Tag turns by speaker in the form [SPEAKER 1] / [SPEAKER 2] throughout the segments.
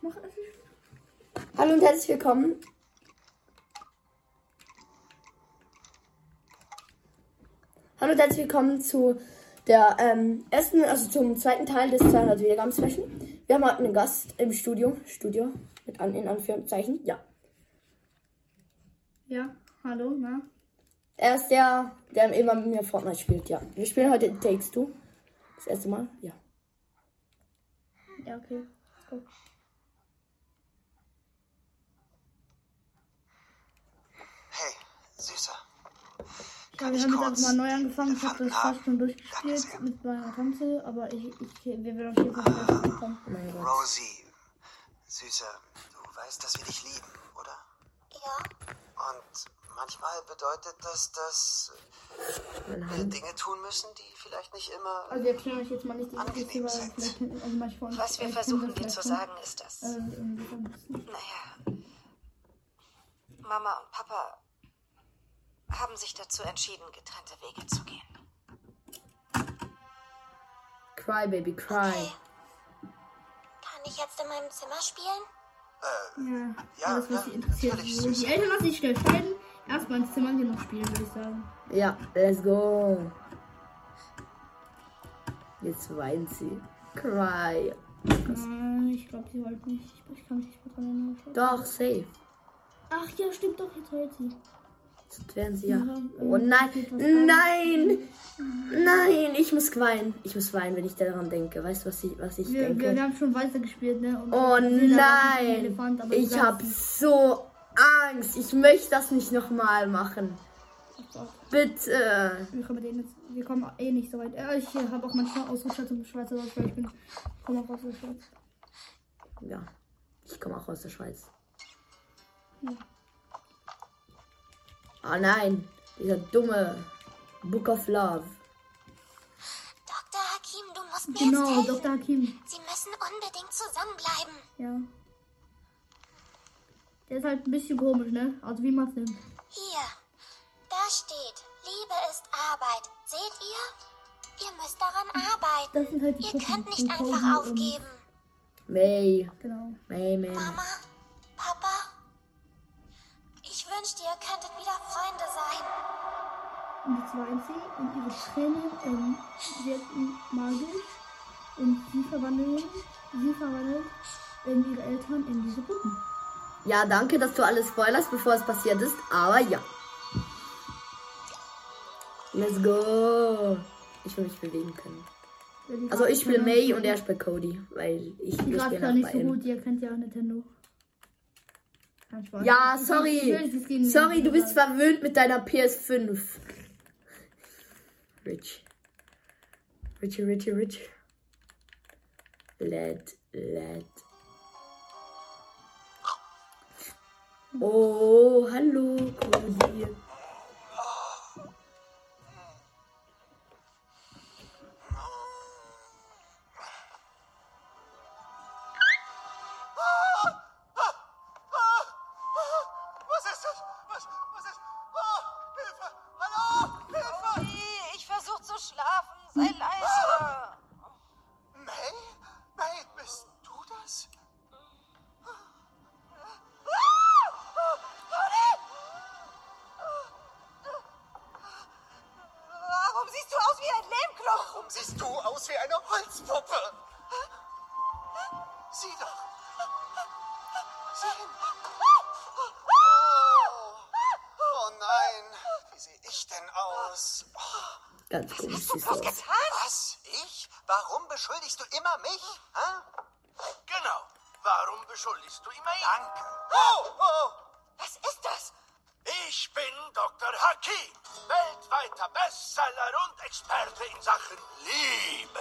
[SPEAKER 1] Mach es.
[SPEAKER 2] Hallo und herzlich willkommen. Hallo und herzlich willkommen zu der ähm, ersten, also zum zweiten Teil des 200 Wiedergaben Special. Wir haben heute einen Gast im Studio, Studio mit an, in Anführungszeichen, ja.
[SPEAKER 1] Ja, hallo, na?
[SPEAKER 2] Er ist der, der immer mit mir Fortnite spielt, ja. Wir spielen heute It Takes Two. Das erste Mal, ja.
[SPEAKER 1] Ja, okay. Let's go.
[SPEAKER 3] Hey, Süßer.
[SPEAKER 1] Ja,
[SPEAKER 3] Kann
[SPEAKER 1] wir
[SPEAKER 3] ich
[SPEAKER 1] haben jetzt
[SPEAKER 3] kurz
[SPEAKER 1] einfach mal neu angefangen. Ich habe das
[SPEAKER 3] Vertrag
[SPEAKER 1] fast schon durchgespielt
[SPEAKER 3] abgesehen?
[SPEAKER 1] mit meiner Tante, aber ich, ich, wir werden auf jeden Fall wieder
[SPEAKER 3] Ah.
[SPEAKER 1] zurückkommen.
[SPEAKER 2] Oh mein Gott.
[SPEAKER 3] Rosie. Süßer, du weißt, dass wir dich lieben, oder? Ja. Und manchmal bedeutet das, dass wir Dinge tun müssen, die vielleicht nicht immer.
[SPEAKER 1] Also, wir erklären euch jetzt mal nicht die
[SPEAKER 3] Angenehm
[SPEAKER 1] Geschichte, weil
[SPEAKER 3] sind.
[SPEAKER 1] vielleicht hinten also manchmal.
[SPEAKER 4] Was wir
[SPEAKER 1] vielleicht
[SPEAKER 4] versuchen
[SPEAKER 1] können wir
[SPEAKER 4] dir zu
[SPEAKER 1] vielleicht
[SPEAKER 4] sagen ist das.
[SPEAKER 1] schon, äh, irgendwie so ein bisschen-
[SPEAKER 4] Naja, Mama und Papa haben sich dazu entschieden, getrennte Wege zu gehen.
[SPEAKER 2] Cry, Baby, cry.
[SPEAKER 5] Kann ich jetzt in meinem Zimmer spielen?
[SPEAKER 3] Äh,
[SPEAKER 1] Ja,
[SPEAKER 3] Ja,
[SPEAKER 1] alles, was
[SPEAKER 3] ja,
[SPEAKER 1] sie interessiert.
[SPEAKER 3] natürlich,
[SPEAKER 1] So, die
[SPEAKER 3] süß.
[SPEAKER 1] Eltern lassen sich schnell scheiden. Erstmal ins Zimmer gehen und spielen, würde ich sagen.
[SPEAKER 2] Ja, let's go. Jetzt weint sie. Cry.
[SPEAKER 1] Nein, Äh, ich glaube, sie wollte nicht. Ich, ich kann mich nicht mehr dran erinnern. Ich glaub-
[SPEAKER 2] Doch, safe.
[SPEAKER 1] Ach ja, stimmt doch, jetzt heult sie.
[SPEAKER 2] Sonst wären sie ja.
[SPEAKER 1] Ja,
[SPEAKER 2] Oh
[SPEAKER 1] ähm,
[SPEAKER 2] nein,
[SPEAKER 1] geht was an?
[SPEAKER 2] nein, nein, ich muss weinen. Ich muss weinen, wenn ich daran denke. Weißt du, was ich, was ich
[SPEAKER 1] Wir, wir, wir
[SPEAKER 2] denke?
[SPEAKER 1] haben schon weiter gespielt, ne? Und
[SPEAKER 2] Oh
[SPEAKER 1] Silda war ein
[SPEAKER 2] nein,
[SPEAKER 1] Elefant, aber
[SPEAKER 2] ich
[SPEAKER 1] sag's
[SPEAKER 2] habe
[SPEAKER 1] nicht.
[SPEAKER 2] so Angst. Ich möchte das nicht nochmal machen.
[SPEAKER 1] Pass auf,
[SPEAKER 2] Bitte.
[SPEAKER 1] Wir kommen, mit denen jetzt, wir kommen eh nicht so weit. Äh, ich habe auch manchmal Ausrutscher zum Schweizer Deutsch, weil ich bin. Ich komme auch aus der Schweiz.
[SPEAKER 2] Ja, ich komme auch aus der Schweiz. Oh nein, dieser dumme Book of Love.
[SPEAKER 5] Dr. Hakim, du musst mir jetzt
[SPEAKER 1] Genau,
[SPEAKER 5] helfen.
[SPEAKER 1] Dr. Hakim.
[SPEAKER 5] Sie müssen unbedingt zusammenbleiben.
[SPEAKER 1] Ja. Der ist halt ein bisschen komisch, ne? Also, wie man's nimmt.
[SPEAKER 5] Hier, da steht, Liebe ist Arbeit. Seht ihr? Ihr müsst daran
[SPEAKER 1] Das
[SPEAKER 5] arbeiten.
[SPEAKER 1] sind halt die
[SPEAKER 5] Ihr
[SPEAKER 1] Puppen,
[SPEAKER 5] könnt
[SPEAKER 1] die
[SPEAKER 5] nicht einfach
[SPEAKER 1] Pausen
[SPEAKER 5] aufgeben.
[SPEAKER 2] May,
[SPEAKER 1] Und, genau.
[SPEAKER 2] May, May.
[SPEAKER 5] Mama, Papa, ich wünschte, ihr könntet wieder Freunde sein.
[SPEAKER 1] Und jetzt weint sie und ihre Tränen ähm, wirken magisch und sie verwandeln, sie verwandelt ähm, ihre Eltern in diese Puppen.
[SPEAKER 2] Ja, danke, dass du alles spoilerst, bevor es passiert ist, aber ja. Let's go. Ich will mich bewegen können.
[SPEAKER 1] Ja, die
[SPEAKER 2] Also ich spiele
[SPEAKER 1] Grafikkarte-
[SPEAKER 2] May und er spielt Cody, weil ich
[SPEAKER 1] Die
[SPEAKER 2] wir
[SPEAKER 1] Grafik
[SPEAKER 2] spielen
[SPEAKER 1] kann
[SPEAKER 2] auch
[SPEAKER 1] nicht so
[SPEAKER 2] bei ihm.
[SPEAKER 1] gut, ihr kennt ja auch Nintendo. Kein Spaß.
[SPEAKER 2] Ja,
[SPEAKER 1] Ich kann- ich will nicht, es geht
[SPEAKER 2] sorry.
[SPEAKER 1] nicht. um
[SPEAKER 2] Sorry, du bist verwöhnt mit deiner PS5. Rich. Richie, Richie, Rich. Let, let. Oh, hallo, Cody.
[SPEAKER 3] Was ist das? Was, was ist. Oh, Hilfe! Hallo! Hilfe!
[SPEAKER 4] Ich versuche zu schlafen, sei leise.
[SPEAKER 3] May? May, bist du das?
[SPEAKER 4] Warum siehst du aus wie ein Lehmklump?
[SPEAKER 3] Warum siehst du aus wie eine Holzpuppe? Sieh doch. Sieh. Oh. oh nein, wie sehe ich denn aus?
[SPEAKER 2] Ganz komisch siehst du
[SPEAKER 4] Was
[SPEAKER 2] aus.
[SPEAKER 4] getan?
[SPEAKER 3] Was? Ich? Warum beschuldigst du immer mich? Hä? Genau. Warum beschuldigst du immer ihn? Danke. Oh, oh.
[SPEAKER 4] Was ist das?
[SPEAKER 3] Ich bin Dr. Hakim, weltweiter Bestseller und Experte in Sachen Liebe.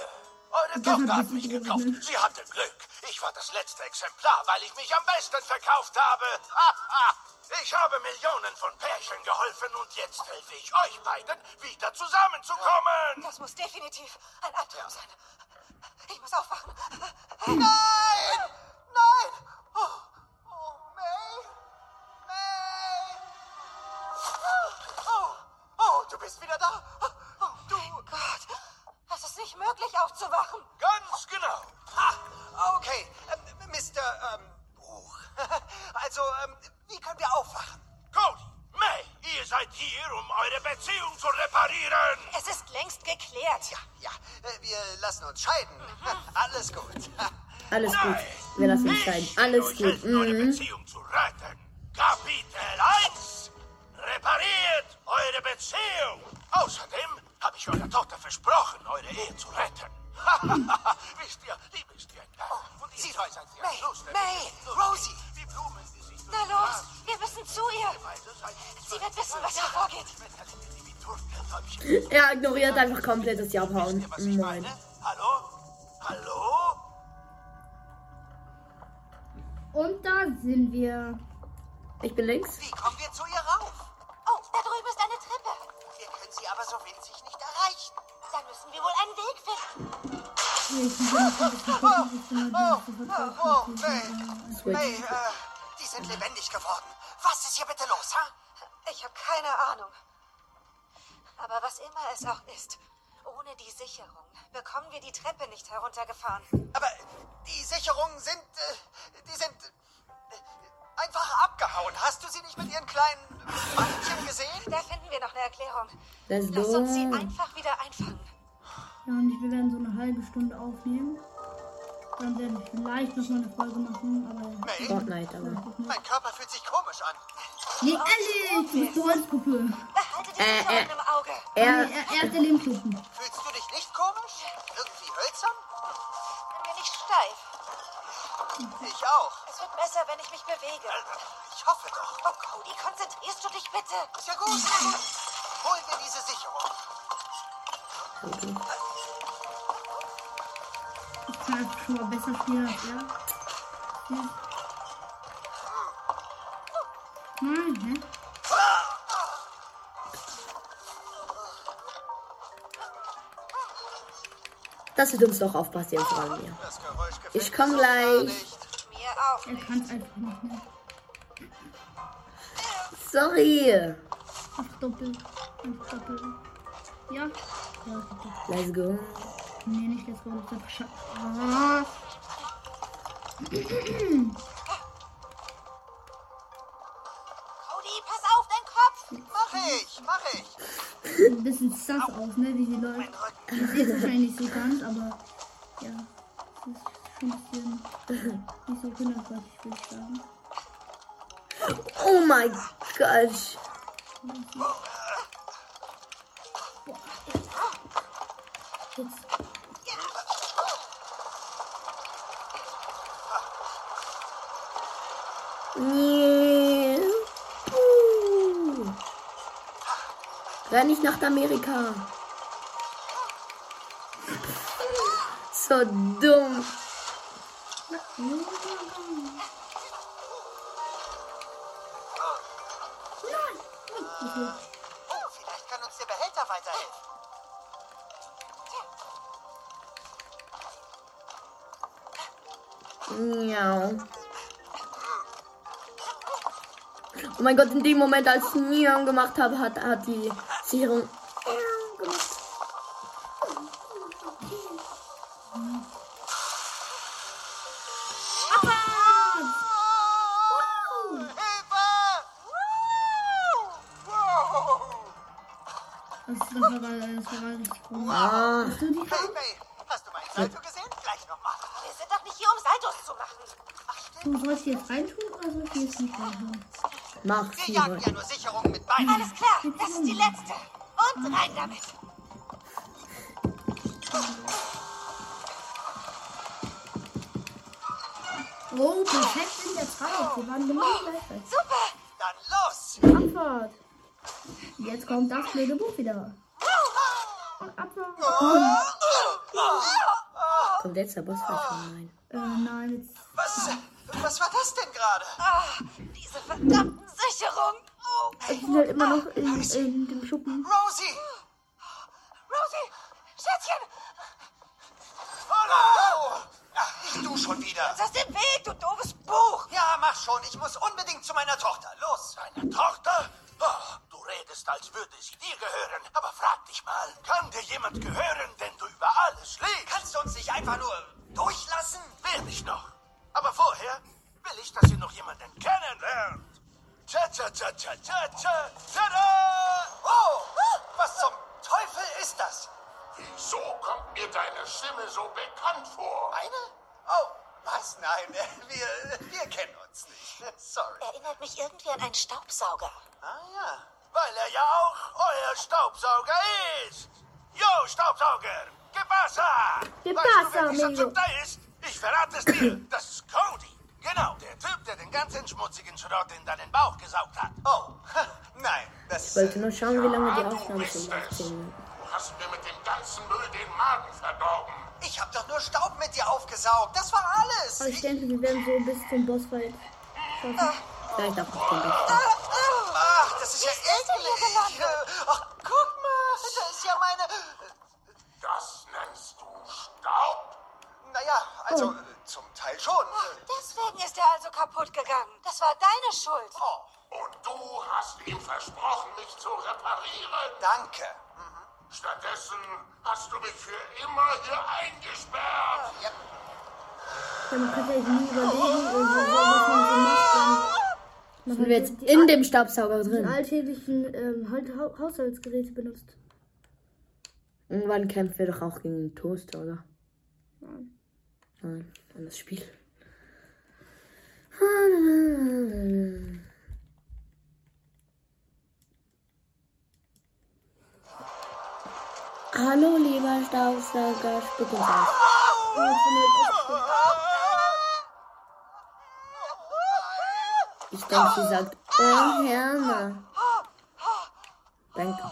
[SPEAKER 3] Eure
[SPEAKER 1] Das
[SPEAKER 3] Tochter
[SPEAKER 1] hat
[SPEAKER 3] hat
[SPEAKER 1] sie
[SPEAKER 3] mich
[SPEAKER 1] gelesen.
[SPEAKER 3] gekauft. Sie hatte Glück. Ich war das letzte Exemplar, weil ich mich am besten verkauft habe. Haha. ich habe Millionen von Pärchen geholfen und jetzt helfe ich euch beiden, wieder zusammenzukommen.
[SPEAKER 4] Das muss definitiv ein Albtraum sein. Ich muss aufwachen.
[SPEAKER 3] Nein! Nein! Oh, oh May! May! Oh, oh, du bist wieder da! Oh, du,
[SPEAKER 4] Gott, es ist nicht möglich aufzuwachen.
[SPEAKER 3] ganz genau! Ha, okay, ähm, Also, Mr. Ähm,
[SPEAKER 6] um
[SPEAKER 4] geklärt.
[SPEAKER 3] Ja, ja, äh, wir lassen uns scheiden. Alles gut.
[SPEAKER 2] Alles gut. Wir lassen uns sein. Alles
[SPEAKER 6] Ich
[SPEAKER 2] gut.
[SPEAKER 6] helfe, eure
[SPEAKER 2] Mhm.
[SPEAKER 6] Beziehung zu retten. Kapitel 1. Repariert eure Beziehung. Außerdem habe ich eurer Tochter versprochen, eure Ehe zu retten. Wisst ihr, Liebe ist wie ein Berg.
[SPEAKER 4] Oh,
[SPEAKER 6] Und ihr zwei seid wie ein
[SPEAKER 4] May,
[SPEAKER 6] Fluss, der
[SPEAKER 4] May,
[SPEAKER 6] sich nicht
[SPEAKER 4] Rosie.
[SPEAKER 6] durchgeht. Wie Blumen, die sich
[SPEAKER 4] Na
[SPEAKER 6] durch
[SPEAKER 4] los, wir müssen zu ihr.
[SPEAKER 6] die Weise seid ihr
[SPEAKER 4] Sie wird wissen, was hier vorgeht.
[SPEAKER 6] Schmetterlinge, die wie Turteltäubchen
[SPEAKER 2] Er ignoriert einfach komplett das Mm, Japan.
[SPEAKER 6] Wisst ihr, was ich
[SPEAKER 2] Moin.
[SPEAKER 6] meine? Hallo? Hallo?
[SPEAKER 1] Und da sind wir.
[SPEAKER 2] Ich bin links.
[SPEAKER 3] Wie kommen wir zu ihr rauf?
[SPEAKER 5] Oh, da drüben ist eine Treppe.
[SPEAKER 3] Wir können sie aber so winzig nicht erreichen.
[SPEAKER 5] Dann müssen wir wohl einen Weg finden.
[SPEAKER 3] Oh, May, May,
[SPEAKER 2] Switch.
[SPEAKER 3] äh, die sind lebendig geworden. Was ist hier bitte los, ha?
[SPEAKER 4] Ich habe keine Ahnung. Aber was immer es auch ist, ohne die Sicherung bekommen wir die Treppe nicht heruntergefahren.
[SPEAKER 3] Aber die Sicherungen sind, äh, die sind äh, einfach abgehauen. Hast du sie nicht mit ihren kleinen Bandchen gesehen?
[SPEAKER 4] Da finden wir noch eine Erklärung.
[SPEAKER 2] Let's
[SPEAKER 4] Lass uns sie
[SPEAKER 2] go.
[SPEAKER 4] einfach wieder einfangen.
[SPEAKER 1] Ja, und wir werden so eine halbe Stunde aufnehmen. Dann werden wir vielleicht noch mal eine Folge machen, aber.
[SPEAKER 3] May,
[SPEAKER 2] Fortnite, aber.
[SPEAKER 3] mein Körper fühlt sich komisch an.
[SPEAKER 1] Nee, ehrlich! Du bist eine Holzpuppe.
[SPEAKER 4] Behalte die
[SPEAKER 2] Äh, äh.
[SPEAKER 4] Sicherung im Auge.
[SPEAKER 1] Er,
[SPEAKER 2] Er.
[SPEAKER 1] er ist der Lehmkuchen.
[SPEAKER 3] Fühlst du dich nicht komisch? Irgendwie hölzern?
[SPEAKER 4] Bin mir nicht steif.
[SPEAKER 3] Ich auch.
[SPEAKER 4] Es wird besser, wenn ich mich bewege.
[SPEAKER 3] Ich hoffe doch.
[SPEAKER 4] Oh, Cody, konzentrierst du dich bitte?
[SPEAKER 3] Ist ja gut. Holen wir diese Sicherung.
[SPEAKER 1] Ich kann einfach schon mal besser spielen als er. Ja. Nein, hä?
[SPEAKER 2] Das wird uns doch auch passieren, fragen wir.
[SPEAKER 3] Das Geräusch gefällt
[SPEAKER 2] Ich komm
[SPEAKER 3] mir so gar
[SPEAKER 2] gleich.
[SPEAKER 3] nicht.
[SPEAKER 4] Mir auch.
[SPEAKER 1] Er kann es einfach nicht mehr.
[SPEAKER 2] Sorry.
[SPEAKER 1] Ach, doppelt. Einfach doppelt. Ja? Ja, ist doppelt.
[SPEAKER 2] Let's go.
[SPEAKER 1] Nee, nicht jetzt Go, das ist Ah.
[SPEAKER 4] Cody, pass auf deinen Kopf.
[SPEAKER 3] Mach ich, mach ich.
[SPEAKER 1] Sieht ein bisschen sass aus, ne, wie sie läuft. Ich sehe wahrscheinlich nicht so ganz, aber ja. Das ist schon ein bisschen nicht so hundertprozentig, würde ich sagen.
[SPEAKER 2] Oh mein Gott.
[SPEAKER 1] Jetzt.
[SPEAKER 2] Nee. Uh. Renn nicht nach Amerika. So dumm.
[SPEAKER 3] Oh, vielleicht kann uns der Behälter weiterhelfen.
[SPEAKER 2] Miau. Oh mein Gott, in dem Moment, als ich Miau gemacht habe, hat, hat die Sicherung.
[SPEAKER 3] Oh, Hilfe! Wow!
[SPEAKER 1] Das, das, war, das war richtig cool.
[SPEAKER 2] Ah,
[SPEAKER 1] Hast du die
[SPEAKER 3] Hey,
[SPEAKER 1] Hand?
[SPEAKER 3] May, hast du mein Salto gesehen? Gleich nochmal.
[SPEAKER 4] Wir sind doch nicht hier, um Saltos zu machen.
[SPEAKER 1] Du sollst die jetzt reintun oder soll ich die jetzt nicht reintun?
[SPEAKER 2] mach
[SPEAKER 3] Wir
[SPEAKER 2] sie
[SPEAKER 3] jagen
[SPEAKER 2] wohl.
[SPEAKER 3] ja nur Sicherungen mit Beinen.
[SPEAKER 4] Alles klar, das ist die letzte. Und rein damit.
[SPEAKER 1] Oh, perfekt in der Zeit. Wir waren genau gleich weg.
[SPEAKER 4] Super.
[SPEAKER 3] Dann los!
[SPEAKER 1] Antwort. Jetzt kommt das blöde Buch wieder. Und Antwort.
[SPEAKER 2] Kommt jetzt der Bossfight schon rein.
[SPEAKER 1] Äh, nein, jetzt.
[SPEAKER 3] Was, was war das denn gerade?
[SPEAKER 4] Ah, diese verdammten Sicherungen. Oh,
[SPEAKER 1] Ich bin halt immer noch in, in dem Schuppen.
[SPEAKER 3] Rosie!
[SPEAKER 4] Rosie, Schätzchen,
[SPEAKER 3] Oh, nicht du schon wieder.
[SPEAKER 4] uns aus dem Weg, du doofes Buch.
[SPEAKER 3] Ja, mach schon. Ich muss unbedingt zu meiner Tochter. Los!
[SPEAKER 6] Deine Tochter? Oh, du redest, als würde sie dir gehören. Aber frag dich mal, kann dir jemand gehören, den du über alles liebst?
[SPEAKER 3] Kannst du uns nicht einfach nur durchlassen?
[SPEAKER 6] Will ich noch. Aber vorher will ich, dass ihr noch jemanden kennenlernt. Tja, tja, tja, tja, tja, tja, tada!
[SPEAKER 3] Oh, was zum Teufel ist das?
[SPEAKER 6] Wieso kommt mir deine Stimme so bekannt vor?
[SPEAKER 3] Meine? Oh, was? Nein, äh, wir, wir kennen uns nicht. Sorry.
[SPEAKER 4] Erinnert mich irgendwie an einen Staubsauger.
[SPEAKER 3] Ah ja.
[SPEAKER 6] Weil er ja auch euer Staubsauger ist. Jo, Staubsauger, gib Wasser!
[SPEAKER 1] Gib
[SPEAKER 6] weißt du,
[SPEAKER 1] Wasser,
[SPEAKER 6] wer dieser
[SPEAKER 1] amigo.
[SPEAKER 6] Typ da ist? Ich verrate es dir. Das ist Cody. Genau, der Typ, der den ganzen schmutzigen Schrott in deinen Bauch gesaugt hat.
[SPEAKER 3] Oh, nein, das
[SPEAKER 2] Ich wollte nur schauen, wie lange die
[SPEAKER 6] Ah, du
[SPEAKER 2] Aufnahme
[SPEAKER 6] bist
[SPEAKER 2] schon
[SPEAKER 6] es.
[SPEAKER 2] dauert. Zehn Minuten.
[SPEAKER 6] Du hast mir mit dem ganzen Müll den Magen verdorben.
[SPEAKER 3] Ich hab doch nur Staub mit dir aufgesaugt. Das war alles.
[SPEAKER 1] Aber Also, ich denke, wir werden so bis zum Bossfight schaffen.
[SPEAKER 2] Vielleicht auch nicht den besten.
[SPEAKER 3] Ach, das ist ja
[SPEAKER 4] denn
[SPEAKER 3] eklig.
[SPEAKER 4] hier
[SPEAKER 3] Äh, Ach, guck mal. Da ist ja meine.
[SPEAKER 6] Das nennst du Staub?
[SPEAKER 3] Naja, also äh, zum Teil schon.
[SPEAKER 4] Deswegen ist er also kaputt gegangen. Das war deine Schuld.
[SPEAKER 3] Oh,
[SPEAKER 6] Und du hast ihm versprochen, mich zu reparieren.
[SPEAKER 3] danke.
[SPEAKER 6] Stattdessen hast du mich für immer hier eingesperrt.
[SPEAKER 1] Ja, man kann vielleicht nie überlegen, äh, wo- wo- was man so macht. Dann, man
[SPEAKER 2] Sind
[SPEAKER 1] hat
[SPEAKER 2] wir jetzt
[SPEAKER 1] die
[SPEAKER 2] in
[SPEAKER 1] all-
[SPEAKER 2] dem Staubsauger
[SPEAKER 1] die
[SPEAKER 2] drin?
[SPEAKER 1] alltäglichen ähm, Haus- Hau- Haushaltsgeräte benutzt.
[SPEAKER 2] Irgendwann kämpfen wir doch auch gegen den Toaster, oder? Nein. Nein, das Spiel. Hallo, lieber Staubsauger, bitte was. Ich denke, sie sagt, oh Herna. Danke,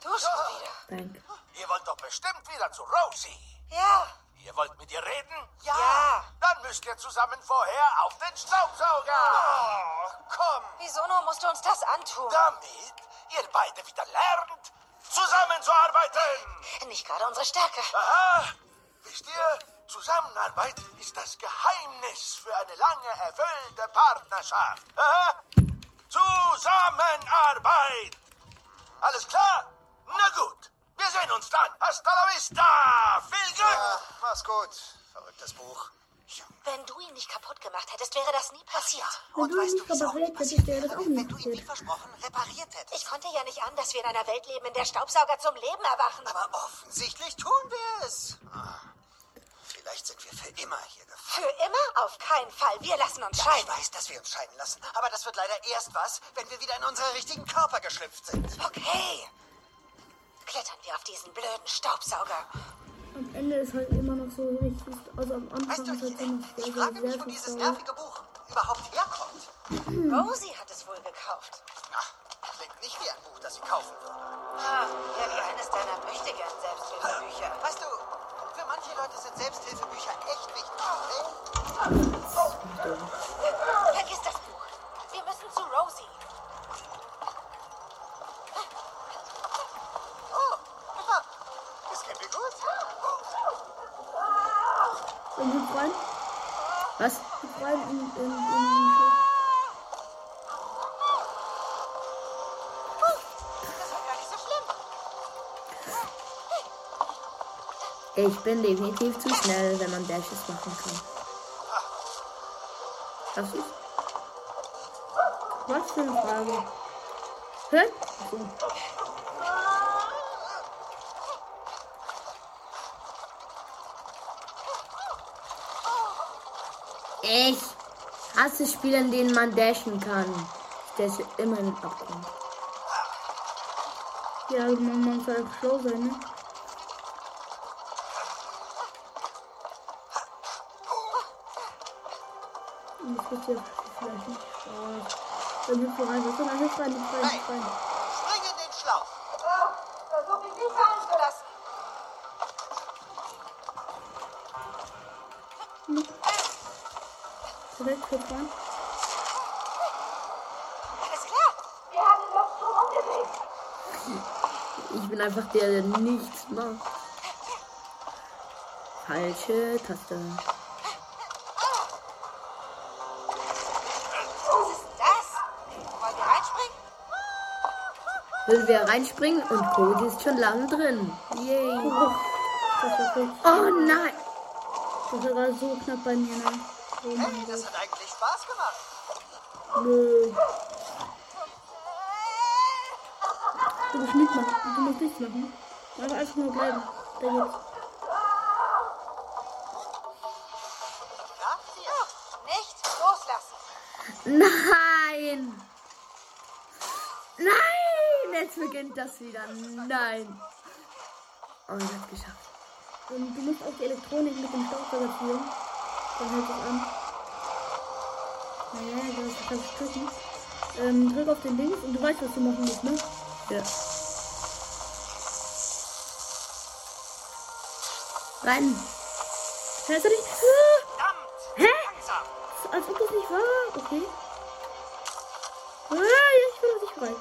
[SPEAKER 4] Du schon wieder.
[SPEAKER 2] danke.
[SPEAKER 6] Ihr wollt doch bestimmt wieder zu Rosie.
[SPEAKER 4] Ja.
[SPEAKER 6] Ihr wollt mit ihr reden?
[SPEAKER 4] Ja.
[SPEAKER 6] Dann müsst ihr zusammen vorher auf den Staubsauger.
[SPEAKER 3] Oh, komm.
[SPEAKER 4] Wieso nur musst du uns das antun?
[SPEAKER 6] Damit ihr beide wieder lernt, zusammenzuarbeiten.
[SPEAKER 4] Nicht gerade unsere Stärke.
[SPEAKER 6] Aha! Wisst ihr, Zusammenarbeit ist das Geheimnis für eine lange, erfüllte Partnerschaft. Aha! Zusammenarbeit! Alles klar? Na gut, wir sehen uns dann. Hasta la vista! Viel
[SPEAKER 3] Ah,
[SPEAKER 6] Glück!
[SPEAKER 3] mach's gut. Verrücktes Buch.
[SPEAKER 4] Wenn du ihn nicht kaputt gemacht hättest, wäre das nie passiert.
[SPEAKER 1] Wenn du nicht repariert hättest, wäre das auch nicht passiert.
[SPEAKER 3] versprochen repariert hättest.
[SPEAKER 4] Ich konnte ja nicht an, dass wir in einer Welt leben, in der Staubsauger zum Leben erwachen.
[SPEAKER 3] Aber offensichtlich tun wir es. Ah, Vielleicht sind wir für immer hier gefangen.
[SPEAKER 4] Für immer? Auf keinen Fall. Wir lassen uns
[SPEAKER 3] Ich
[SPEAKER 4] scheiden.
[SPEAKER 3] weiß, dass wir uns scheiden lassen, aber das wird leider erst was, wenn wir wieder in unsere richtigen Körper geschlüpft sind.
[SPEAKER 4] Okay. Klettern wir auf diesen blöden Staubsauger.
[SPEAKER 1] Am Ende ist halt immer noch so richtig. Also am Anfang
[SPEAKER 3] Weißt du,
[SPEAKER 1] ist halt
[SPEAKER 3] ich,
[SPEAKER 1] immer
[SPEAKER 3] ich
[SPEAKER 1] sehr, sehr, sehr
[SPEAKER 3] frage mich, wo
[SPEAKER 1] viel
[SPEAKER 3] dieses
[SPEAKER 1] Sorge.
[SPEAKER 3] nervige Buch überhaupt herkommt.
[SPEAKER 4] Rosie hat es wohl gekauft.
[SPEAKER 3] Na, klingt nicht wie ein Buch, das ich kaufen würde.
[SPEAKER 4] Ah, ja, wie eines deiner mächtigen Selbsthilfebücher.
[SPEAKER 3] Weißt du, für manche Leute sind Selbsthilfebücher echt wichtig. Okay?
[SPEAKER 4] Vergiss das Buch. Wir müssen zu Rosie.
[SPEAKER 3] Oh, Es geht mir gut.
[SPEAKER 1] Und die Freunde,
[SPEAKER 2] Was?
[SPEAKER 1] die Freunde in, in, in,
[SPEAKER 4] Das war gar nicht so schlimm.
[SPEAKER 2] Ich bin definitiv zu schnell, wenn man Dashes machen kann. Das ist
[SPEAKER 1] was für eine Frage. Hä? So.
[SPEAKER 2] Ich hasse Spiele, in denen man dashen kann. Ich dashe immer in den Abgrund.
[SPEAKER 1] Ja, man man soll schlau sein, ne? Und das wird hier vielleicht nicht. Oh. Dann hüpft du rein, was soll man hüpft rein, hüpft rein, hüpft rein.
[SPEAKER 3] Spring in den Schlauch.
[SPEAKER 4] Versuch dich nicht einzulassen.
[SPEAKER 1] Direkt hüpft rein.
[SPEAKER 4] Alles klar. Wir haben den Luftstrom umgelegt.
[SPEAKER 2] Ich bin einfach der, der nichts macht. Falsche Taste.
[SPEAKER 4] Was ist das? Wollen
[SPEAKER 2] Will
[SPEAKER 4] wir reinspringen?
[SPEAKER 2] wer reinspringen und Cody ist schon lange drin. Yay.
[SPEAKER 1] Oh, das war so,
[SPEAKER 2] Oh nein.
[SPEAKER 1] das war gerade so knapp bei mir, ne? Oh mein
[SPEAKER 3] Hey, das
[SPEAKER 1] Gott.
[SPEAKER 3] hat eigentlich Spaß gemacht.
[SPEAKER 1] Nö. Du musst nicht machen. Du musst nichts machen. Du darfst einfach nur bleiben. Da jetzt.
[SPEAKER 3] Raffia?
[SPEAKER 4] Nicht loslassen.
[SPEAKER 2] Nein! Nein! Jetzt beginnt das wieder. Nein! Oh, ich hab's geschafft.
[SPEAKER 1] Und du musst auch die Elektronik mit dem Staubsauger führen. Dann hält es an. Naja, du hast das Stücken. Ähm, drück auf den Link und du weißt, was du machen musst, ne?
[SPEAKER 2] Ja. Rein!
[SPEAKER 1] Hörst du dich? Ah,
[SPEAKER 3] Verdammt! Langsam!
[SPEAKER 1] als ob das nicht war. Okay. Ah, ja, ich bin noch nicht bereit.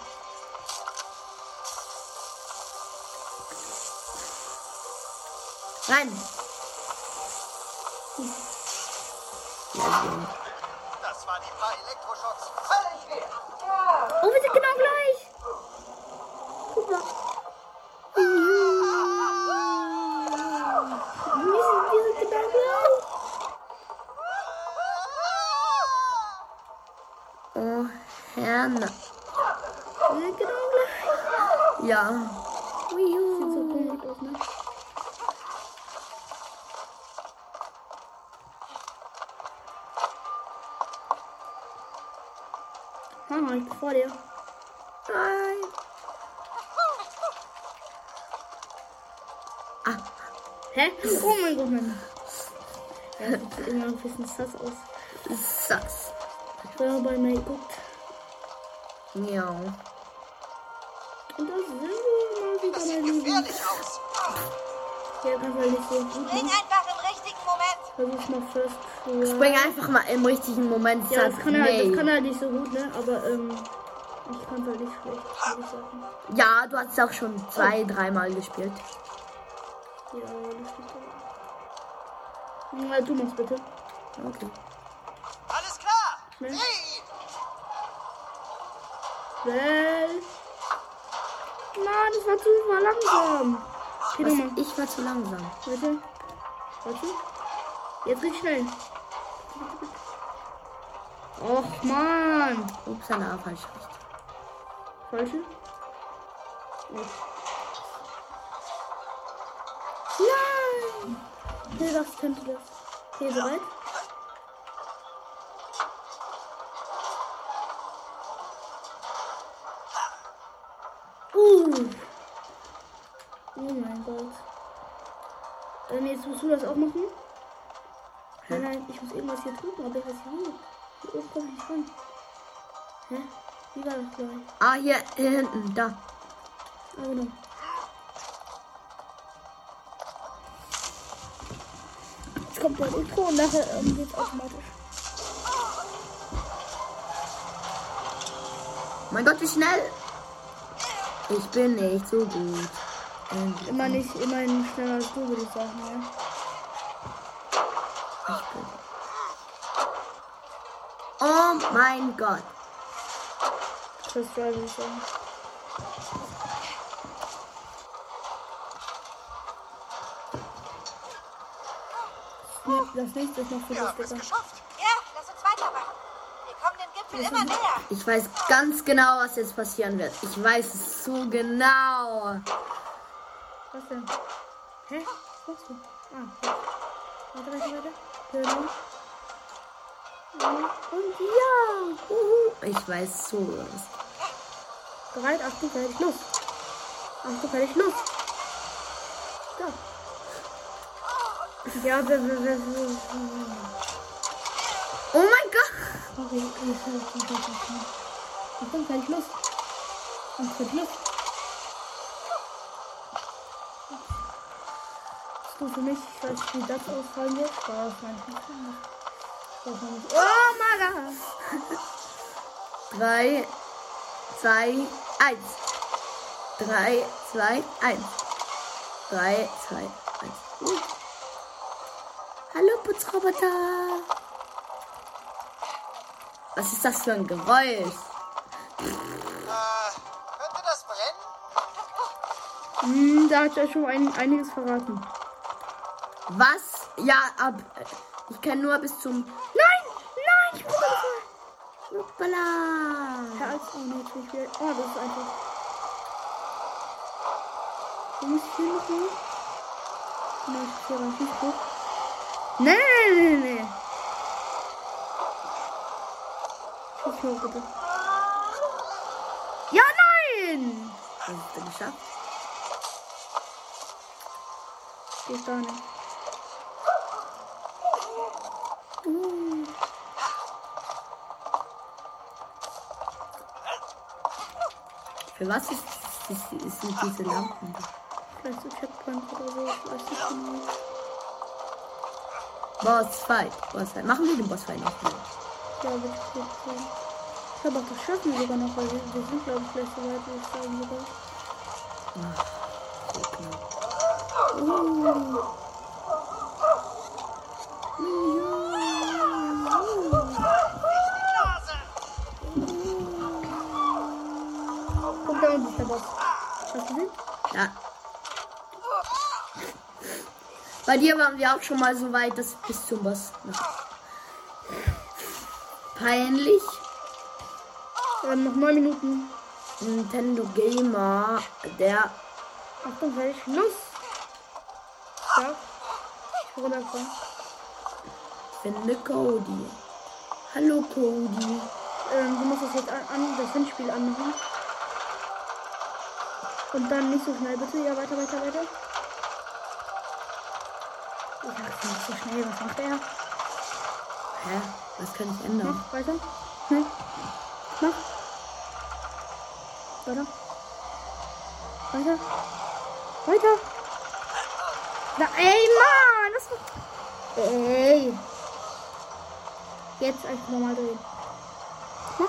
[SPEAKER 2] Rein!
[SPEAKER 3] Das waren die paar Elektroschocks. Völlig leer.
[SPEAKER 1] Oh, wir sind genau gleich. Guck mal. Wir sind, wir sind genau gleich.
[SPEAKER 2] Oh, Herne.
[SPEAKER 1] Wir sind genau gleich.
[SPEAKER 2] Ja.
[SPEAKER 1] Sieht so komisch aus, ne? Mama, ich bin vor dir.
[SPEAKER 2] Nein!
[SPEAKER 1] Hä? Oh mein Gott, Mann. Ja, das sieht immer ein bisschen sass aus.
[SPEAKER 2] Sass.
[SPEAKER 1] Früher bei mir guckt.
[SPEAKER 2] Ja.
[SPEAKER 1] Und das sind wir mal wieder
[SPEAKER 3] Das
[SPEAKER 1] bei
[SPEAKER 3] sieht
[SPEAKER 1] Lügen.
[SPEAKER 3] gefährlich aus.
[SPEAKER 1] Der kann halt nicht so gut
[SPEAKER 4] Spring
[SPEAKER 1] machen.
[SPEAKER 4] einfach im richtigen Moment.
[SPEAKER 1] Versuch mal First Try.
[SPEAKER 2] Spring einfach mal im richtigen Moment.
[SPEAKER 1] Ja, das
[SPEAKER 2] Satz.
[SPEAKER 1] kann, er halt,
[SPEAKER 2] Nee.
[SPEAKER 1] das kann er halt nicht so gut, ne? Aber ähm, ich kann halt nicht schlecht. würde ich sagen.
[SPEAKER 2] Ja, du hast es auch schon zwei, dreimal gespielt.
[SPEAKER 1] Ja, das stimmt. Na, du machst bitte.
[SPEAKER 2] Okay.
[SPEAKER 3] Alles klar.
[SPEAKER 1] Ja.
[SPEAKER 3] Hey,
[SPEAKER 1] Well. Mann, das war zu war langsam. Okay, nochmal.
[SPEAKER 2] Was, ich war zu langsam.
[SPEAKER 1] Warte. Warte. Jetzt richtig schnell. Och, Mann.
[SPEAKER 2] Ups, eine A falsch recht.
[SPEAKER 1] Falsche. Nein! Hey, was könnte das? Hier, bereit? Uh. Oh mein Gott. Ähm, jetzt musst du das auch machen. Nein, nein, ich muss irgendwas hier drücken, aber ich weiß nicht wie. Hier oben komme ich nicht ran. Hä? Wie war das gleich?
[SPEAKER 2] Ah, hier, hier hinten, da.
[SPEAKER 1] Ah, genau. Jetzt kommt der Intro und nachher ähm, geht's automatisch.
[SPEAKER 2] Mein Gott, wie schnell! Ich bin nicht so gut. Ähm,
[SPEAKER 1] Immer nicht, immerhin schneller als du, würde ich sagen, ja.
[SPEAKER 2] Oh mein Gott.
[SPEAKER 1] First Try, würde ich sagen. Ne, Das nächste ist noch für
[SPEAKER 3] wir haben
[SPEAKER 1] dich,
[SPEAKER 3] es
[SPEAKER 1] Digga.
[SPEAKER 3] geschafft.
[SPEAKER 4] Ja, lass uns weitermachen. Wir kommen dem Gipfel immer näher.
[SPEAKER 2] Ich weiß ganz genau, was jetzt passieren wird. Ich weiß es so genau.
[SPEAKER 1] Was denn? Hä? Was machst du? Ah, ja. Warte, warte, warte. Genau. Und ja! Uhu.
[SPEAKER 2] Ich weiß so was.
[SPEAKER 1] Bereit, Achtung, fertig, los. Achtung, fertig, los. Da. Ja, das ist...
[SPEAKER 2] Oh mein Gott.
[SPEAKER 1] Sorry, ich höre es nicht ganz schnell. Achtung, fertig, los. Achtung, fertig, los. Ist gut für mich, ich weiß, wie das ausfallen wird. Spaß, mein Spaß, mein Oh, Maga!
[SPEAKER 2] Drei, zwei, eins. Drei, zwei, eins. Drei, zwei, eins. Uh. Hallo, Putzroboter. Was ist das für ein Geräusch?
[SPEAKER 3] Äh, könnte das brennen?
[SPEAKER 1] Hm, da hat er schon ein, einiges verraten.
[SPEAKER 2] Was? Ja, ab. Ich kann nur bis zum.
[SPEAKER 1] Nein! Nein, ich bin
[SPEAKER 2] Hoppala.
[SPEAKER 1] Ja, als oh, nee, jetzt bin ich wieder. Oh, das ist einfach. Wir müssen hier noch mal. Nein, ich hier rein, nicht hoch. Nein, nein, nein, nein, nein. Schuss hoch, bitte. Ja, nein! Das ist denn geschafft. Geht gar nicht. Uh.
[SPEAKER 2] Für was ist, ist, ist, sind diese Lampen?
[SPEAKER 1] Vielleicht so Checkpoint oder so. Ich weiß nicht genau.
[SPEAKER 2] Bossfight. Bossfight. Machen wir den Bossfight noch. mal.
[SPEAKER 1] Ja, würde ich gut sehen. Ich glaube, auch das schaffen wir sogar noch, weil wir, wir sind, glaube ich, gleich so weit, würde ich sagen, sogar. Guck, da unten ist der Boss. Hast du gesehen?
[SPEAKER 2] Ja. Bei dir waren wir auch schon mal so weit, dass bis zum Boss. noch- Peinlich.
[SPEAKER 1] Wir haben noch 9 Minuten.
[SPEAKER 2] Nintendo Gamer, der
[SPEAKER 1] Achtung, fertig. Los! Ja. Ich runterfahren.
[SPEAKER 2] finde Cody. Hallo Cody.
[SPEAKER 1] Ähm, du musst das jetzt an, an das Windspiel anmachen. Und dann nicht so schnell, bitte. Ja, weiter, weiter, weiter. Ich dachte nicht so schnell, was macht er?
[SPEAKER 2] Hä? Was kann ich ändern?
[SPEAKER 1] Mach, weiter. Hm. Mach. Weiter. Weiter. Weiter. Na, ey, Mann! Das war... Ey! Jetzt einfach nochmal drehen. Mach.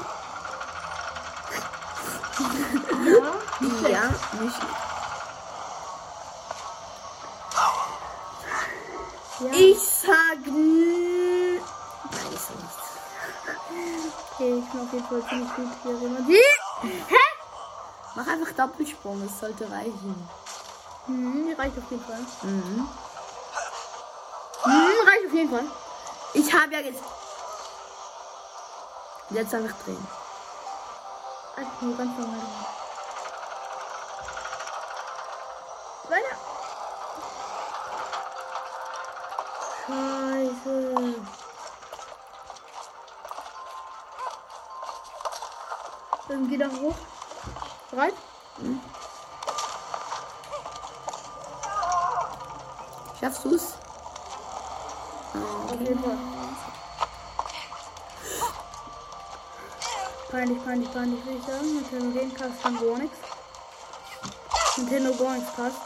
[SPEAKER 1] ja.
[SPEAKER 2] Ja, nicht.
[SPEAKER 1] Ja.
[SPEAKER 2] Ich sag. n- Nein, ich sag nichts.
[SPEAKER 1] Okay, ich bin auf jeden Fall ziemlich gut hier. Jemand. Wie? Hä?
[SPEAKER 2] Mach einfach Doppelsprung, es sollte reichen.
[SPEAKER 1] Hm, reicht auf jeden Fall.
[SPEAKER 2] Mhm.
[SPEAKER 1] Hm, reicht auf jeden Fall.
[SPEAKER 2] Ich habe ja jetzt. Jetzt einfach drehen.
[SPEAKER 1] Einfach nur Also, ganz normal. Weiter. Scheiße. Dann geh da hoch. Bereit?
[SPEAKER 2] Schaffst du's?
[SPEAKER 1] Auf jeden Fall. Peinlich, peinlich, peinlich, würde ich sagen. Nintendo Gamecast kann gar nichts. Nintendo gar nichts passt.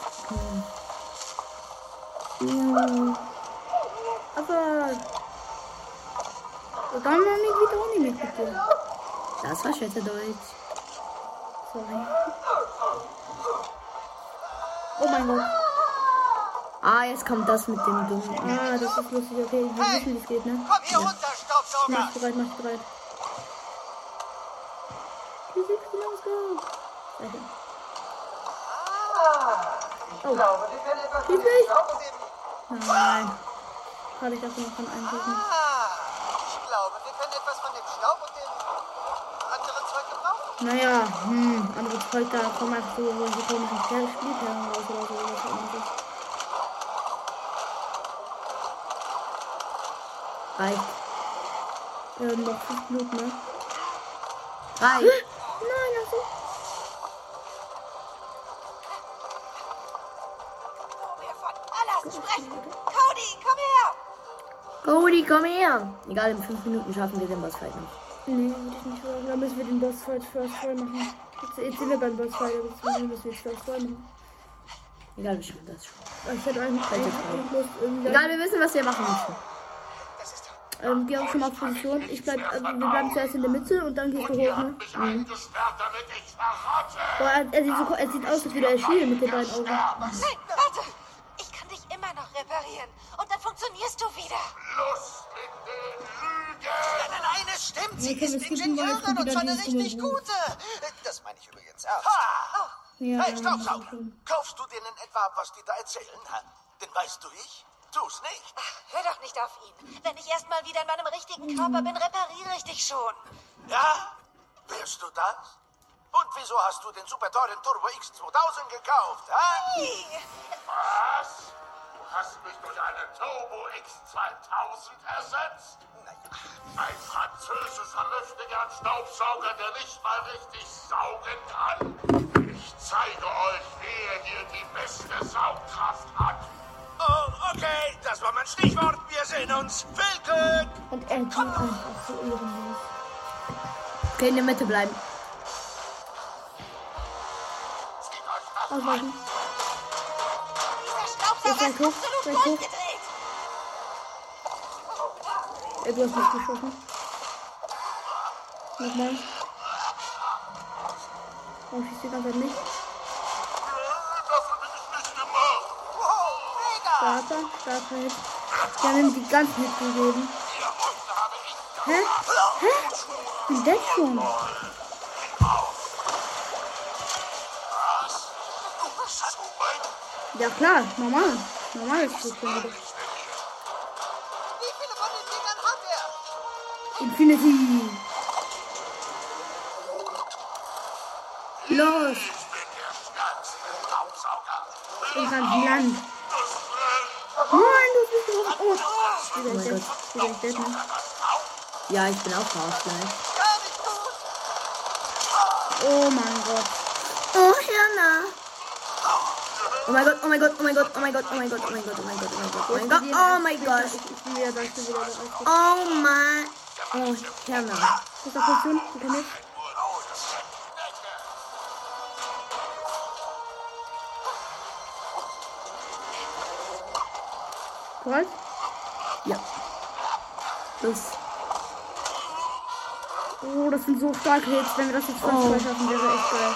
[SPEAKER 1] Ja. Aber. Dann noch nicht wieder ohne mich bitte.
[SPEAKER 2] Das war Schwätzedeutsch.
[SPEAKER 1] Sorry. Oh mein Gott.
[SPEAKER 2] Ah, jetzt kommt das mit dem dummen.
[SPEAKER 1] Ah, das ist lustig. Okay, wir wissen, wie es geht, ne?
[SPEAKER 3] Komm hier runter, Staubsauger!
[SPEAKER 1] Mach bereit, mach bereit. Die sechste Lausgabe. Weiter.
[SPEAKER 3] Ah.
[SPEAKER 1] Oh,
[SPEAKER 3] Die werden etwas
[SPEAKER 1] geht nicht.
[SPEAKER 3] aufnehmen.
[SPEAKER 1] Nein. Habe ich davon noch von einem Gegner.
[SPEAKER 3] Ah, ich glaube, wir können etwas von dem Staub und dem anderen Zeug gebrauchen.
[SPEAKER 1] Naja, hm, andere Zeug da kommen einfach so, so so komischen Pferde, Spielperlen raus oder so, was auch immer. das
[SPEAKER 2] Reicht.
[SPEAKER 1] ist. Ähm, noch 5 Minuten, ne?
[SPEAKER 2] Reicht.
[SPEAKER 1] Nein, also.
[SPEAKER 4] Wo wir von Allahs sprechen. Cody, komm her!
[SPEAKER 2] Cody, komm her. Egal, in fünf Minuten schaffen wir den halt Bossfight noch.
[SPEAKER 1] Nee, würde ich nicht sagen. Da müssen wir den Bossfight first voll machen. Jetzt, jetzt sind wir beim Bossfight, aber jetzt müssen wir jetzt first voll machen.
[SPEAKER 2] Egal, wir schaffen das schon.
[SPEAKER 1] Aber Ich hätte eigentlich eigentlich Lust, irgendwie.
[SPEAKER 2] Egal, wir wissen, was wir machen müssen.
[SPEAKER 1] Ähm, geh auch schon mal auf Position. Ich bleib, äh, wir bleiben zuerst in der Mitte und dann gehst du
[SPEAKER 6] Und
[SPEAKER 1] hoch, ne?
[SPEAKER 6] ihr habt mich
[SPEAKER 2] Mhm.
[SPEAKER 6] eingesperrt, damit ich verrotte.
[SPEAKER 1] Boah, er, er, sieht so, er sieht aus, als würde er schielen mit den beiden Augen.
[SPEAKER 4] Nein, warte! Ich kann dich immer noch reparieren. Und dann funktionierst du wieder.
[SPEAKER 6] Schluss mit den Lügen.
[SPEAKER 3] Denn eine stimmt, sie
[SPEAKER 1] Ja, komm,
[SPEAKER 3] ist
[SPEAKER 1] es gibt einen Moment,
[SPEAKER 3] Ingenieurin
[SPEAKER 1] wo
[SPEAKER 3] und
[SPEAKER 1] du
[SPEAKER 3] zwar
[SPEAKER 1] da
[SPEAKER 3] eine
[SPEAKER 1] nicht
[SPEAKER 3] richtig
[SPEAKER 1] drüber
[SPEAKER 3] gute. Das meine ich übrigens auch.
[SPEAKER 1] Ja,
[SPEAKER 3] hey,
[SPEAKER 1] ja,
[SPEAKER 3] Staubsauger,
[SPEAKER 1] schon.
[SPEAKER 3] kaufst du denen etwa ab, was die da erzählen? Ha? Denn weißt du ich? Tu's nicht.
[SPEAKER 4] Hör doch nicht auf ihn. Wenn ich erst mal wieder in meinem richtigen Körper bin, repariere ich dich schon.
[SPEAKER 3] Ja? Willst du das?
[SPEAKER 7] Und wieso hast du den super teuren Turbo X2000 gekauft? Hä?
[SPEAKER 6] Was? Du hast mich durch eine Turbo X2000 ersetzt? Ein französischer Lüftiger-Staubsauger, der nicht mal richtig saugen kann? Ich zeige euch, wer hier die beste Saugkraft hat.
[SPEAKER 7] Oh, okay, das war mein Stichwort. Wir sehen uns. Viel Glück!
[SPEAKER 1] Und er ging einfach so ehrenlos.
[SPEAKER 2] Okay, in der Mitte bleiben.
[SPEAKER 6] Zieht euch das
[SPEAKER 1] Ausweichen.
[SPEAKER 4] Dieser Staubsauger
[SPEAKER 1] Sein
[SPEAKER 4] ist
[SPEAKER 1] Kopf, sein Kopf.
[SPEAKER 4] absolut durchgedreht.
[SPEAKER 1] Äh, du hast mich geschossen. Nochmal. Warum schießt du die ganze Zeit halt nicht?
[SPEAKER 6] Das habe ich nicht gemacht.
[SPEAKER 1] Starter, starter Hit. Die haben ihm die ganzen Hit gegeben. Hä? Hä? Wie denn schon?
[SPEAKER 7] Oh,
[SPEAKER 1] Ja klar, normal. Normal ist das schon wieder.
[SPEAKER 3] Wie viele von den Dingern hat er?
[SPEAKER 1] Infinity. Los,
[SPEAKER 6] Ich bin der stärkste Staubsauger.
[SPEAKER 1] im ganzen Land.
[SPEAKER 6] Das brennt.
[SPEAKER 1] Nein, du bist so groß. Wie soll ich das? Wie soll ich das machen?
[SPEAKER 2] Ja, ich bin auch raus gleich.
[SPEAKER 3] Gar nicht gut.
[SPEAKER 1] Oh mein Gott.
[SPEAKER 2] Oh, Hirna. Oh mein Gott, oh mein Gott, oh mein Gott, oh mein Gott, oh mein Gott, oh mein Gott, oh mein Gott, oh mein Gott, oh mein Gott, oh mein Gott,
[SPEAKER 1] Ich ich bin wieder da, ich bin wieder da. Auf
[SPEAKER 2] oh mein, oh Hirna.
[SPEAKER 1] der Position, die kann jetzt. Korrekt?
[SPEAKER 2] Ja. Das,
[SPEAKER 1] Oh, das sind so starke Hits. Wenn wir das jetzt fast oh. schaffen, wäre echt geil.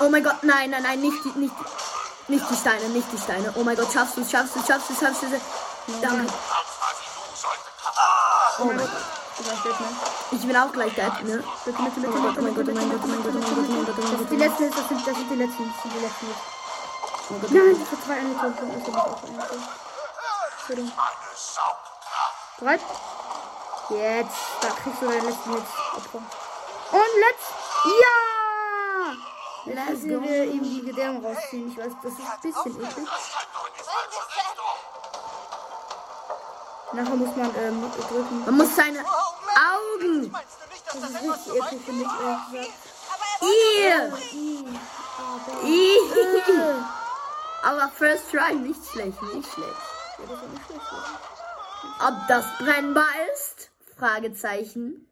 [SPEAKER 2] oh mein Gott, nein, nein, nein, nicht die, nicht, die- nicht die Steine, nicht die Steine. Oh mein Gott, schaffst du, schaffst du, schaffst du, schaffst du. Damit.
[SPEAKER 1] Oh mein Gott. Du warst dead, ne?
[SPEAKER 2] Ich bin auch gleich dead, ne?
[SPEAKER 1] Bitte, bitte, bitte,
[SPEAKER 2] Oh mein Gott, oh
[SPEAKER 1] bitte,
[SPEAKER 2] mein Gott, oh
[SPEAKER 1] bitte, bitte,
[SPEAKER 2] mein Gott, oh mein Gott, oh mein Gott, oh mein Gott, oh mein Gott.
[SPEAKER 1] Das sind die letzten, das sind, das sind die letzten, das sind die letzten.
[SPEAKER 2] Oh mein Gott.
[SPEAKER 1] Nein, ich hab zwei angekommen, ich hab auch angekommen. Entschuldigung.
[SPEAKER 6] Meine Saugkraft.
[SPEAKER 1] Bereit? Jetzt, da kriegst du deinen letzten Hit. Opfer. Und let's. Ja! Jetzt
[SPEAKER 2] Let's
[SPEAKER 1] müssen Also wir ihm die Gedärme rausziehen. Ich weiß, das ist ein bisschen eklig. Nachher muss man ähm, drücken.
[SPEAKER 2] Man muss seine
[SPEAKER 3] Oh, Mann.
[SPEAKER 2] Augen.
[SPEAKER 3] Meinst du nicht,
[SPEAKER 1] Das
[SPEAKER 3] dass das
[SPEAKER 1] ist
[SPEAKER 3] etwas
[SPEAKER 1] richtig
[SPEAKER 3] zu weit
[SPEAKER 1] eklig für mich, ehrlich gesagt.
[SPEAKER 2] Ihr. Ih.
[SPEAKER 1] Äh,
[SPEAKER 2] Aber first try, nicht schlecht, nicht schlecht.
[SPEAKER 1] das war nicht schlecht, oder?
[SPEAKER 2] Ob das brennbar ist? Fragezeichen.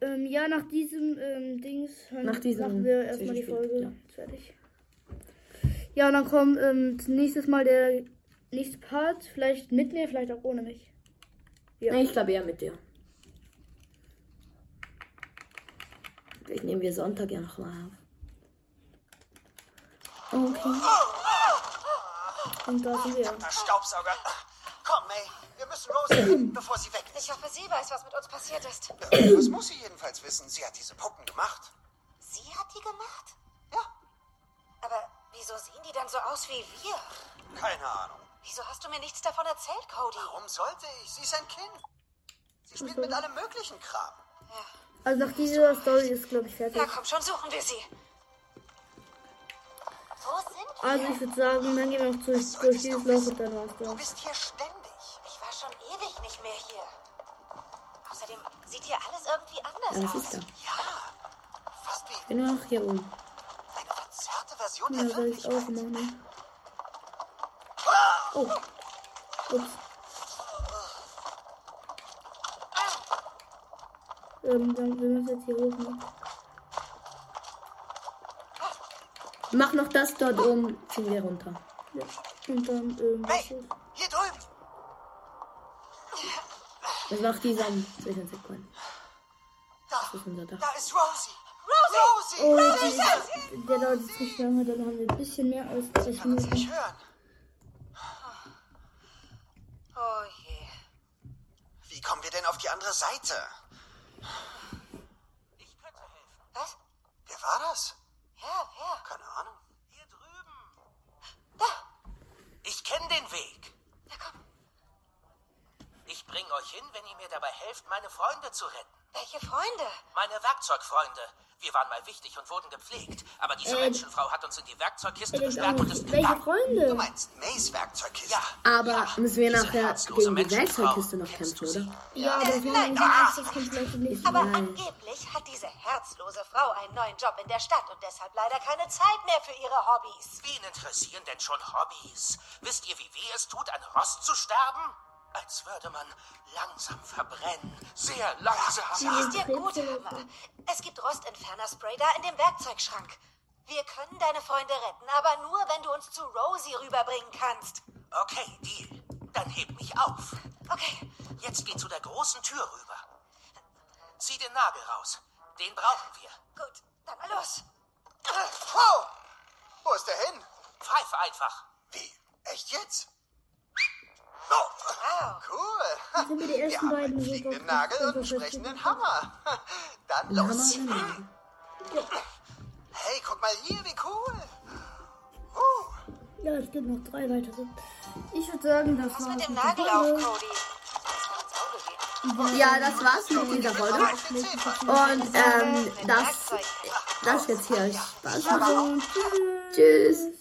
[SPEAKER 1] Ähm, ja, nach diesem ähm, Dings hören-
[SPEAKER 2] Nach diesem
[SPEAKER 1] machen wir erstmal die
[SPEAKER 2] Zwischenspiel,
[SPEAKER 1] Folge
[SPEAKER 2] ja.
[SPEAKER 1] fertig. Ja, und dann kommt ähm, nächstes Mal der nächste Part. Vielleicht mit mir, vielleicht auch ohne mich. Ja.
[SPEAKER 2] Nee, ich glaube eher mit dir. Vielleicht nehmen wir Sonntag ja nochmal auf.
[SPEAKER 3] Oh,
[SPEAKER 2] Okay.
[SPEAKER 1] Und da sind wir.
[SPEAKER 3] Der Staubsauger. Komm, May, wir müssen los, bevor sie weg ist.
[SPEAKER 4] Ich hoffe, sie weiß, was mit uns passiert ist.
[SPEAKER 3] Das muss sie jedenfalls wissen. Sie hat diese Puppen gemacht.
[SPEAKER 4] Sie hat die gemacht?
[SPEAKER 3] Ja,
[SPEAKER 4] Aber wieso sehen die dann so aus wie wir?
[SPEAKER 3] keine Ahnung.
[SPEAKER 4] Wieso hast du mir nichts davon erzählt, Cody?
[SPEAKER 3] Warum sollte ich? Sie ist ein Kind. Sie spielt mit allem möglichen Kram.
[SPEAKER 1] Also nach dieser Story ist, glaube ich, fertig.
[SPEAKER 4] Na komm schon, suchen wir sie.
[SPEAKER 8] Wo sind
[SPEAKER 1] Also ich würde sagen, dann gehen wir noch durch, durch dieses Loch und dann war's
[SPEAKER 3] Du
[SPEAKER 1] das.
[SPEAKER 3] bist hier ständig.
[SPEAKER 4] Ich war schon ewig nicht mehr hier. Außerdem sieht hier alles irgendwie anders
[SPEAKER 2] Das
[SPEAKER 4] aus.
[SPEAKER 2] ist da.
[SPEAKER 3] Ja, fast wie
[SPEAKER 2] Ich bin nur noch hier oben.
[SPEAKER 3] eine verzerrte Version
[SPEAKER 1] Ja,
[SPEAKER 3] der
[SPEAKER 1] soll ich
[SPEAKER 3] Wirklichkeit.
[SPEAKER 1] auch machen. Oh. Ups. Ähm, dann wir müssen jetzt hier hoch. Ne?
[SPEAKER 2] Mach noch das dort oben. Ziehen wir runter.
[SPEAKER 1] Ja. Und dann, ähm,
[SPEAKER 3] May,
[SPEAKER 1] was ist?
[SPEAKER 3] hier drüben.
[SPEAKER 2] Das macht die Sonne. Zwischen Sekunden.
[SPEAKER 3] Da,
[SPEAKER 2] Das ist unser Dach.
[SPEAKER 3] da ist Rosie. Rosie!
[SPEAKER 1] Oh,
[SPEAKER 3] Rosie!
[SPEAKER 1] die, der dauert jetzt nicht lange, dann haben wir ein bisschen mehr als 30
[SPEAKER 3] Kann uns nicht
[SPEAKER 1] Minuten.
[SPEAKER 3] hören.
[SPEAKER 4] Oh je.
[SPEAKER 3] Wie kommen wir denn auf die andere Seite?
[SPEAKER 4] Was?
[SPEAKER 3] Wer war das?
[SPEAKER 4] Ja, wer?
[SPEAKER 3] Keine Ahnung.
[SPEAKER 7] Hier drüben.
[SPEAKER 4] Da.
[SPEAKER 7] Ich kenne den Weg.
[SPEAKER 4] Na komm.
[SPEAKER 7] Ich bringe euch hin, wenn ihr mir dabei helft, meine Freunde zu retten.
[SPEAKER 4] Welche Freunde?
[SPEAKER 7] Meine Werkzeugfreunde.
[SPEAKER 3] Wir waren mal wichtig und wurden gepflegt. Aber diese
[SPEAKER 1] Äh,
[SPEAKER 3] Menschenfrau hat uns in die Werkzeugkiste
[SPEAKER 1] Welche
[SPEAKER 3] gesperrt und ist gegangen.
[SPEAKER 9] Du
[SPEAKER 1] Freunde?
[SPEAKER 9] meinst Mays Werkzeugkiste?
[SPEAKER 3] Ja,
[SPEAKER 2] Aber müssen wir
[SPEAKER 3] diese
[SPEAKER 2] nachher
[SPEAKER 3] herzlose
[SPEAKER 2] gegen die
[SPEAKER 3] Menschenfrau.
[SPEAKER 2] Werkzeugkiste noch
[SPEAKER 3] Kennst
[SPEAKER 2] kämpfen,
[SPEAKER 3] du sie?
[SPEAKER 2] oder?
[SPEAKER 1] Ja, aber wir haben
[SPEAKER 4] Ah.
[SPEAKER 1] das kommt vielleicht im nächsten
[SPEAKER 4] Aber
[SPEAKER 1] Mal.
[SPEAKER 4] angeblich hat diese herzlose Frau einen neuen Job in der Stadt und deshalb leider keine Zeit mehr für ihre Hobbys.
[SPEAKER 3] Wen interessieren denn schon Hobbys? Wisst ihr, wie weh es tut, an Rost zu sterben? Als würde man langsam verbrennen. Sehr
[SPEAKER 4] Das
[SPEAKER 3] langsam.
[SPEAKER 4] ist ja gut, Hammer. Es gibt Rostentferner-Spray da in dem Werkzeugschrank. Wir können deine Freunde retten, aber nur, wenn du uns zu Rosie rüberbringen kannst.
[SPEAKER 3] Okay, Deal. Dann heb mich auf.
[SPEAKER 4] Okay,
[SPEAKER 3] Jetzt geh zu der großen Tür rüber. Zieh den Nagel raus. Den brauchen wir.
[SPEAKER 4] gut, dann mal los.
[SPEAKER 9] Wow! Wo ist der hin?
[SPEAKER 3] Pfeife einfach.
[SPEAKER 9] Wie? Echt jetzt? Oh,
[SPEAKER 4] Wow.
[SPEAKER 9] cool.
[SPEAKER 1] Sind wir die
[SPEAKER 9] Wir
[SPEAKER 1] ersten
[SPEAKER 9] haben einen
[SPEAKER 1] beiden
[SPEAKER 9] fliegenden Nagel und einen sprechenden Hammer. Dann los. Hey, guck mal hier, wie cool. Uh,
[SPEAKER 1] Ja, es gibt noch drei weitere. Ich würde sagen, das
[SPEAKER 4] Was
[SPEAKER 1] war's
[SPEAKER 4] mit dem
[SPEAKER 1] der
[SPEAKER 4] Nagel auf,
[SPEAKER 1] Folge.
[SPEAKER 4] Cody? Das kann ins Auge gehen.
[SPEAKER 2] Ja, das war's mit dieser Folge. Und ähm, das, das jetzt hier. Spaß.
[SPEAKER 4] Aber auch
[SPEAKER 2] Tschüss.